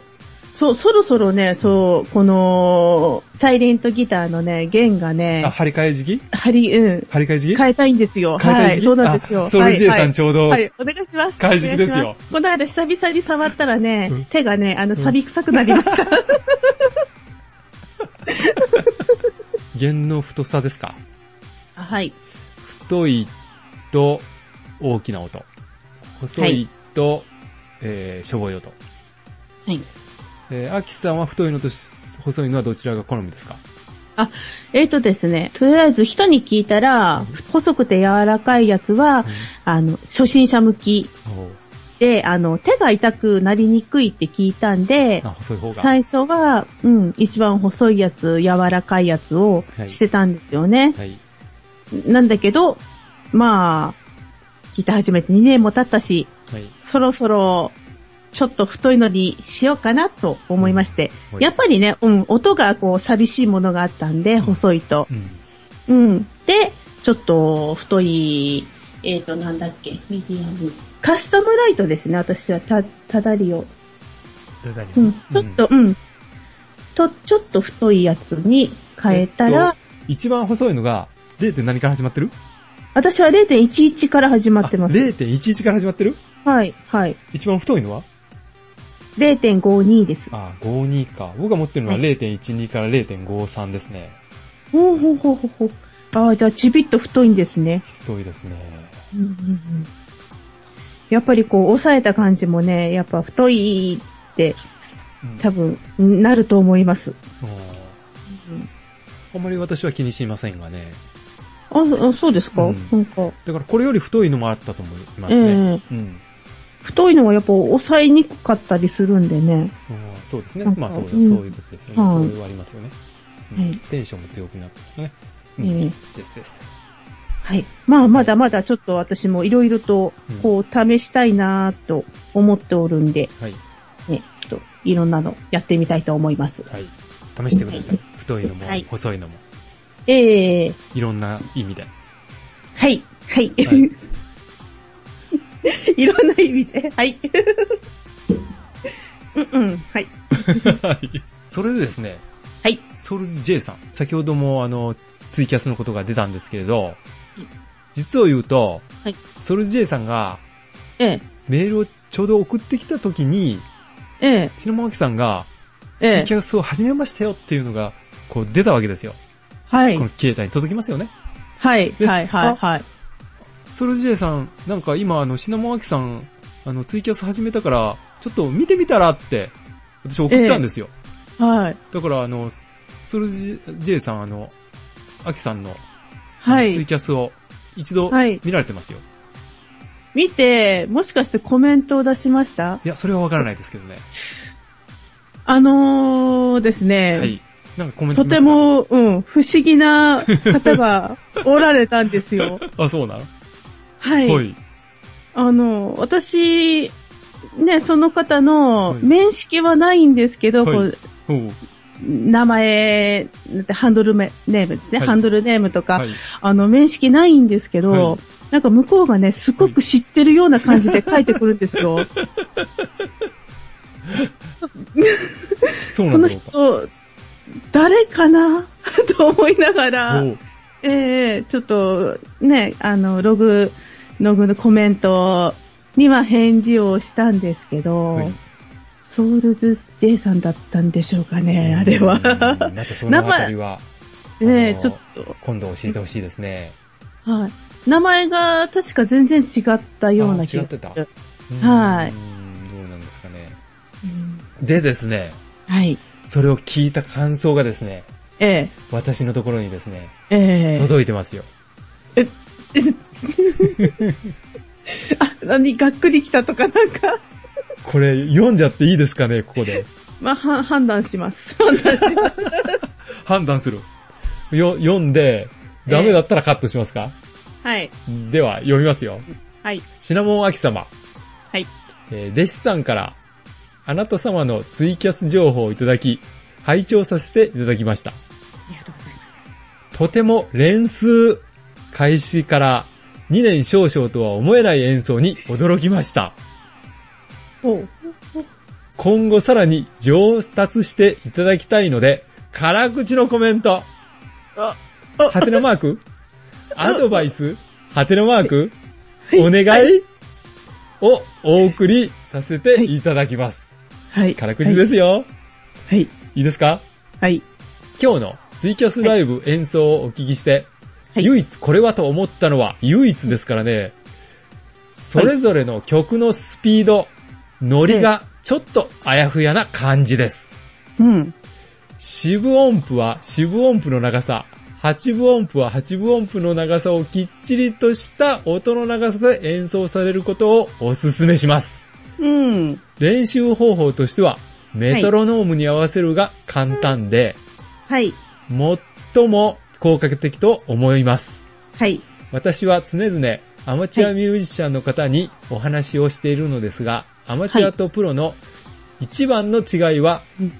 そう、そろそろね、そう、この、サイレントギターのね、弦が
あ、
ね、
張り替え時期
張り、うん、
張り替え時期
変えたいんですよ。
変えたい
はい、
時期
そうなんですよ。
あソウル J さん
はいはい
ちょうど
はい、お願いします。
解析ですよ
お願いします。この間久々に触ったらね、
うん
手がね、あの、
ん
錆び臭くなりました。
弦の太さですか
はい。
太いと大きな音。細いと、えー、しょぼい音。
はい。
えー、秋さんは太いのと細いのはどちらが好みですか
あ、えっ、とですね、とりあえず人に聞いたら、細くて柔らかいやつは、あの、初心者向き。
おう
って、あの、手が痛くなりにくいって聞いたんで、
あ、細い方が。
最初は、うん、一番細いやつ、柔らかいやつを
はい
してたんですよね。
はい。
なんだけど、まあ、聞いて始めて2年も経ったし、
はい。
そろそろ、ちょっと太いのにしようかなと思いまして。
はい
やっぱりね、うん、音がこう、寂しいものがあったんで、
ん
細いと
う。ん。
うん。で、ちょっと、太い、えっ、と、なんだっけ、ミディアム。カスタムライトですね、私は、た、ただりを。
どれだ
うん、ちょっと、うん。と、ちょっと太いやつに変えたら、
一番細いのが、0. 点何から始まってる
私は0.11から始まってま
あ
す。
0.11から始まってる
はい、はい。
一番太いのは
0.52です。
あ、52か。僕が持ってるのは
はい
0.12から0.53ですね。
ほうほうほうほうほう。ああ、じゃあ、ちびっと太いんですね。
太いですね。
うんうんうんやっぱりこう、抑えた感じもね、やっぱ太いって、
うん
多分、なると思います。
あーあんまり私は気にしませんがね。
あ、そあそうですか、
うん
なんか、
だからこれより太いのもあったと思いますね。うん。
太いのはやっぱ抑えにくかったりするんでね。
あーそうですね
なん。か
まあそうだ、そううんいうことですよね。
はい
そういうはありますよね。う
はい
んテンションも強くなったね。う
え
ん
え
ですです。
はい。まあ、まだまだちょっと私もいろいろと、こう、試したいなぁと思っておるんで、
はい。
ね、ちょっと、いろんなのやってみたいと思います。
はい。試してください。太いのも
はい、
細いのも。
ええ
いろんな意味で。
はい、は
はい
い。、 ろんな意味で、はい。 うんうん、はい。
い。それでですね、
はい。
ソウルズ J さん。先ほどもあの、ツイキャスのことが出たんですけれど、実を言うと、
はい
ソウルズ J さんが
ええ、
メールをちょうど送ってきた時に、
ええ、
篠間明さんが、ツ
え
イ
え
キ。ャスを始めましたよっていうのが、こう出たわけですよ。
は
この
い、
携帯に届きますよね。
はい、
で
はい、はい、はい。
ソルジェイさん、なんか今あの、シナモアキさん、あの、ツイキャス始めたから、ちょっと見てみたらって、私送ったんですよ。
はい、
だからあの、ソルジェイさん、あの、アキさんの、
は
ツイ
い。
キャスを一度
はい
見られてますよ。い、
見て、もしかしてコメントを出しました
や、それはわからないですけどね。
あのーですね、
はい。なんかコメント
と
見まし
て
た
も、うん、不思議な方がおられたんで すよ。
あ、そうなの
はい。
はい。
あの、私、ね、その方の
はい
面識はないんですけど、
はい
こう
おう
名前、ハンドルネームですね、
はい
ハンドルネームとか、
はい。
あの、面識ないんですけど、
はい
なんか向こうがね、すごく知ってるような感じで書いてくるんですよ。
そうな
こ
ん
の
だろうか。
人、誰かな と思いなが
お
ら、
う
ええちょっと、ね、あの、ログ、ログのコメントには返事をしたんですけど、
はい
ソウルズ J さんだったんでしょうかね、あれは。
うんまたそのあたりは、
ねえ、
あの
ちょっと、
今度教えてほしいですね。
はい。名前が確か全然違ったような気がする。
あ違って
はい
うん。どうなんですかね。
うん
でですね、
はい。
それを聞いた感想がですね、
ええ、
私のところにですね、
ええ。
届いてますよ。
あ、何、がっくり来たとかなんか、
これ、読んじゃっていいですかね、ここで。
まあ、は判断します。 判断します。
判断する。よ、読んで、ダメだったらカットしますか、
はい。
では、読みますよ。
はい。
シナモンアキ様。
はい。
えー弟子さんから、あなた様のツイキャス情報をいただき、拝聴させていただきました。
ありがとうございます。
とても連数開始から2年少々とは思えない演奏に驚きました。
おう
今後さらに上達していただきたいので、辛口のコメント。
あ
はてなマークアドバイスはてなマーク
い
お願いをお送りさせていただきます。
はい。
辛口ですよ。
はい。
いいですか
はい。
今日のツイキャスライブ演奏をお聞きして、
はい
唯一これはと思ったのは唯一ですからね、それぞれの曲のスピード、ノリがちょっとあやふやな感じです。
うん。
四分音符は四分音符の長さ、八分音符は八分音符の長さをきっちりとした音の長さで演奏されることをお勧めします。
うん。
練習方法としては、メトロノームに合わせるが簡単で、
はい。
最も効果的と思います。
はい。
私は常々アマチュアミュージシャンの方にお話をしているのですが、アマチュアとプロの一番の違いは
うん、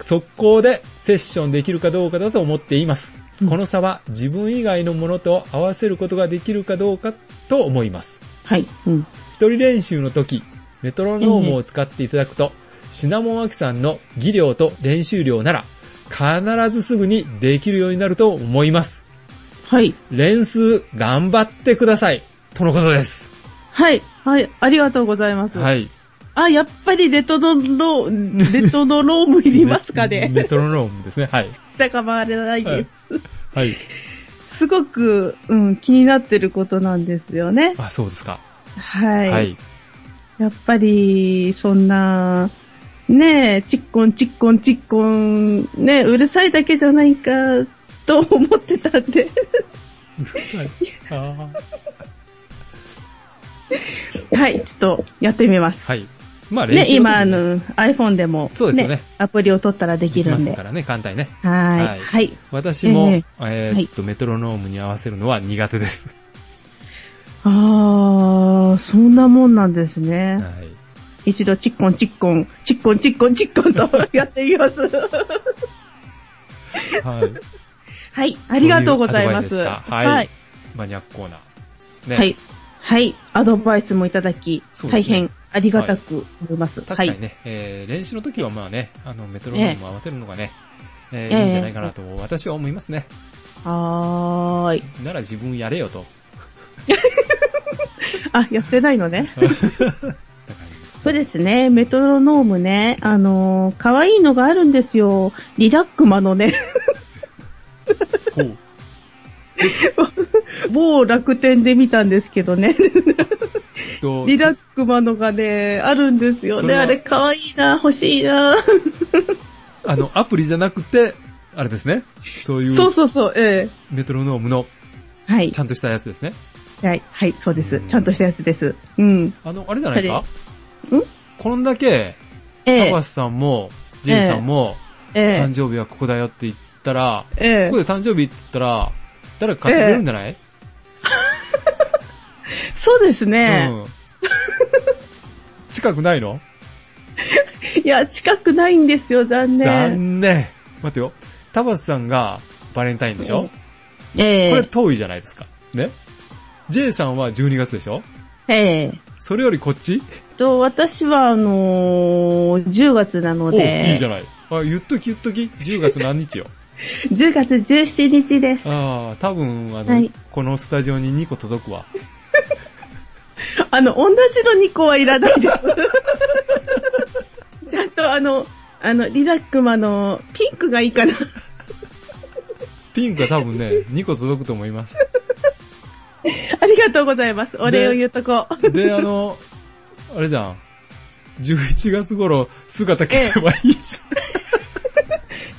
速攻でセッションできるかどうかだと思っています。
うん
この差は自分以外のものと合わせることができるかどうかと思います。
はい。うん。
一人練習の時、メトロノームを使っていただくと、シナモンアキさんの技量と練習量なら、必ずすぐにできるようになると思います。
はい。
練習頑張ってください。とのことです。
はい。はい。ありがとうございます。
はい。
あ、やっぱりデトノロー、デトノロームいりますか
メ メ
ね。
トロノームですね。はい。
下が回れない
は
で
いはい。
す。すごく、うん、気になってることなんですよね。
あ、そうですか。
はい。
はい。
やっぱり、そんな、ねえ、チッコンチッコンチッコン、ねえ、うるさいだけじゃないか、と 思ってたん で、
うるさい。あー
はい、ちょっとやってみます。
はい。まあ練
ね、
習の時
今、あ
に
の、iPhone でも、
そうですよね
アプリを取ったらでき
でき
る
ま
ん
す
で。
からね、簡単にね。
はい,、
は
はいい。
私も、
え
え
え
ーっと、メトロノームに合わせるのは苦手です。
あー、そんなもんなんですね。
はい。
一度チッコンチッコン、チッコンチッコンチッコンと やってみます。
はい。
はい、ありがとうございま
そう
す。
うアドバイスでしたはい。
はい。
マニアックコーナー。ね。
はい。はい。アドバイスもいただき、
そうで
大
すね
変ありがたく思います。
確か
は
に
い。
ね、えー、練習の時はまあね、あの、メトロノームを合わせるのがね、えー
ええ
いいんじゃないかなと、私は思いますね。
はーい。
なら自分やれよ と。。
あ、やってないのね
だから
そうですね。メトロノームね。あのー、可愛いのがあるんですよ。リラックマのね。
ほう。
某楽天で見たんですけどね。
と
リラックマのがね、あるんですよ
そ
ね。
れは
あれ可愛いな、欲しいな。
あの、アプリじゃなくて、あれですね。そうい
そう
う
そうそう、え
メトロノームの
えはい
ち。ゃんとしたやつですね。
はい、はい、そうで
う
す
ん。
ちゃんとしたやつです。うん。
あの、あれじゃないか
それん
こんだけ、
ええ
高橋さんも、ジェイさんも、
え
誕
え
生日はここだよって言ったら、
ええ
ここで誕生日って言ったら、誰か買ってくれるんじゃない、
そうですね。
うん。 近くないの
いや、近くないんですよ、残念。
残念。待ってよ。タバスさんがバレンタインでしょ、
え
これ遠いじゃないですか。ね ?J さんは12月でしょ
ええ
それよりこっち
えと、私は、あのー、10月なの
おいいじ
で
ゃ、ない。あ、言っとき言っとき。10月何日よ。
10月17日です。
ああ、多分、あの、
はい
このスタジオに2個届くわ。
あの、同じの2個はいらない です。ちゃんとあの、あの、リラックマのピンクがいいかな。
ピンクは多分ね、2個届くと思います。
ありがとうございます。お礼を言うとこ。
で、あの、あれじゃん。11月頃、姿消せばいいじゃん。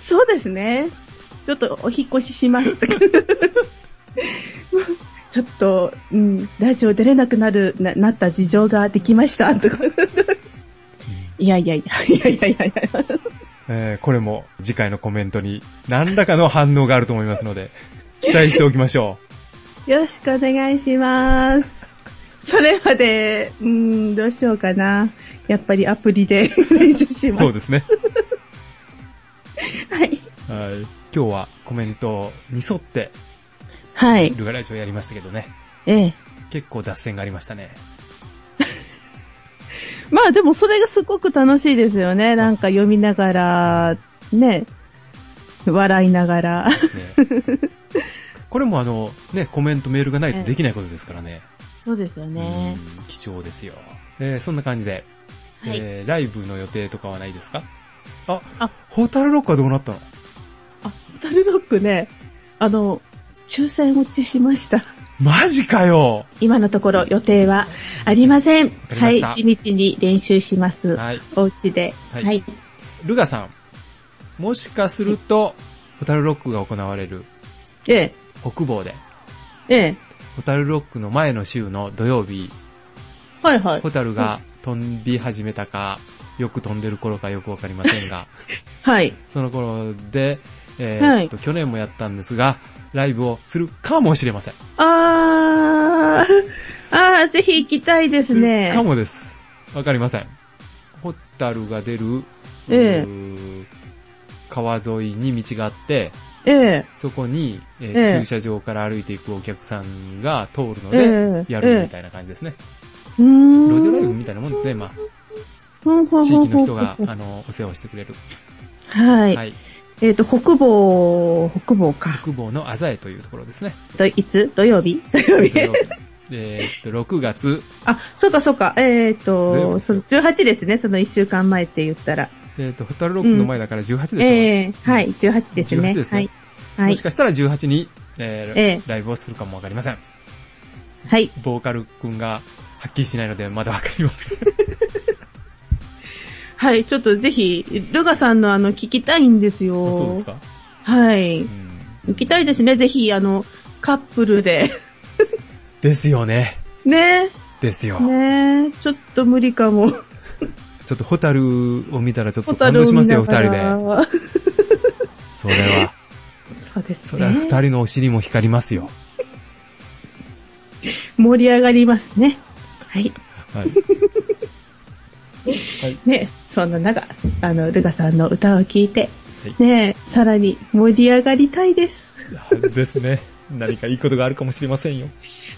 そうですね。ちょっとお引っ越しします。 ちょっと、うん、ラジオ出れなくなる、な、なった事情ができました、とか。いやいやいや、いやいやいやいや。
えーこれも次回のコメントに何らかの反応があると思いますの で、期待しておきましょ
よろしくお願いします。それまで、うーん、どうしようかな。やっぱりアプリで 練習し
う。
ま
そうですね。
す。はい。
はい。今日はコメントに沿って、
はい。
ルガラジオやりましたけどね。
ええ。
結構脱線がありましたね。
まあでもそれがすごく楽しいですよね。なんか読みながら、ね、笑いながら。
ねこれもあの、ね、コメントメールがないとできないことですからね。
そうですよね。
うん貴重ですよ。えーそんな感じで、
はい
えーライブの予定とかはないですかあ、
あ
ホタルロックはどうなったの
あ、ホタルロックね、あの、抽選落ちしました。
マジかよ
今のところ予定はありません。
かりま
は
し
い
た、
地道に練習します。
はい。
お家で。
は
はいい。
ルガさん、もしかすると、ホタルロックが行われる
ええ、
北房で、
ええ、
ホタルロックの前の週の土曜日、
はいはい
ホ。タルが飛び始めたか、よく飛んでる頃かよくわかりません が、
はい。
その頃で、えー
はい
っと、去年もやったんですが、ライブをするかもしれません。
あー、あー、ぜひ行きたいですね。
かもです。わかりません。ホタルが出る、
ええ
うー川沿いに道があって、
ええ。
そこに、えー
ええ
駐車場から歩いていくお客さんが通るの
え
で、
え
やるみたいな感じですね。
うーん。
路上ライブみたいなもんですね、まあ。地
地
域の人が、あの、お世話をしてくれる。
はい。
はい。
えっ、と、北房、北房か。
久保のあざえというところですね。
といつ土曜日土曜日
土曜日えーっと、6月、
あ、そうかそうか。えっ、
土曜日
と、
です
そ
よ
の18ですね。その1週間前って言ったら。
えーっと、ホタルロックの前だから18でしょ。
ええはい、18ですね。
18ですね
はい。は
も
い
し。かしたら18に、えー
ええ
ライブをするかもわかりません。
はい。
ボーカルくんがはっきりしないので、まだわかりません。
はい、ちょっとぜひ、ルガさんのあの、聞きたいんですよ。
そうですか。
はい。
うん
行きたいですね。ぜひ、あの、カップルで。
ですよね。
ね
ですよ。
ねちょっと無理かも。
ちょっとホタルを見たらちょっ
ホ
と
タ
感
ル
動
を
し
見
ます
な
よ、二
が
人で。
ら。
それは。
そうです
それは
ね。
二人のお尻も光りますよ。
盛り上がりますね。はい。
はい。はい。
ね、そんな中、あの、ルガさんの歌を聴いて、
はい
ね、さらに盛り上がりたいです。
ですね。何かいいことがあるかもしれませんよ。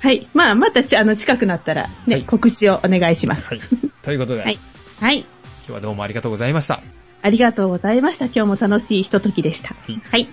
はい。まあ、またち、あの、近くなったら、ね、
はい
告知をお願いします。
はい。ということで、
はいはい。
今日はどうもありがとうございました。
ありがとうございました。今日も楽しいひとときでした。
い
はい。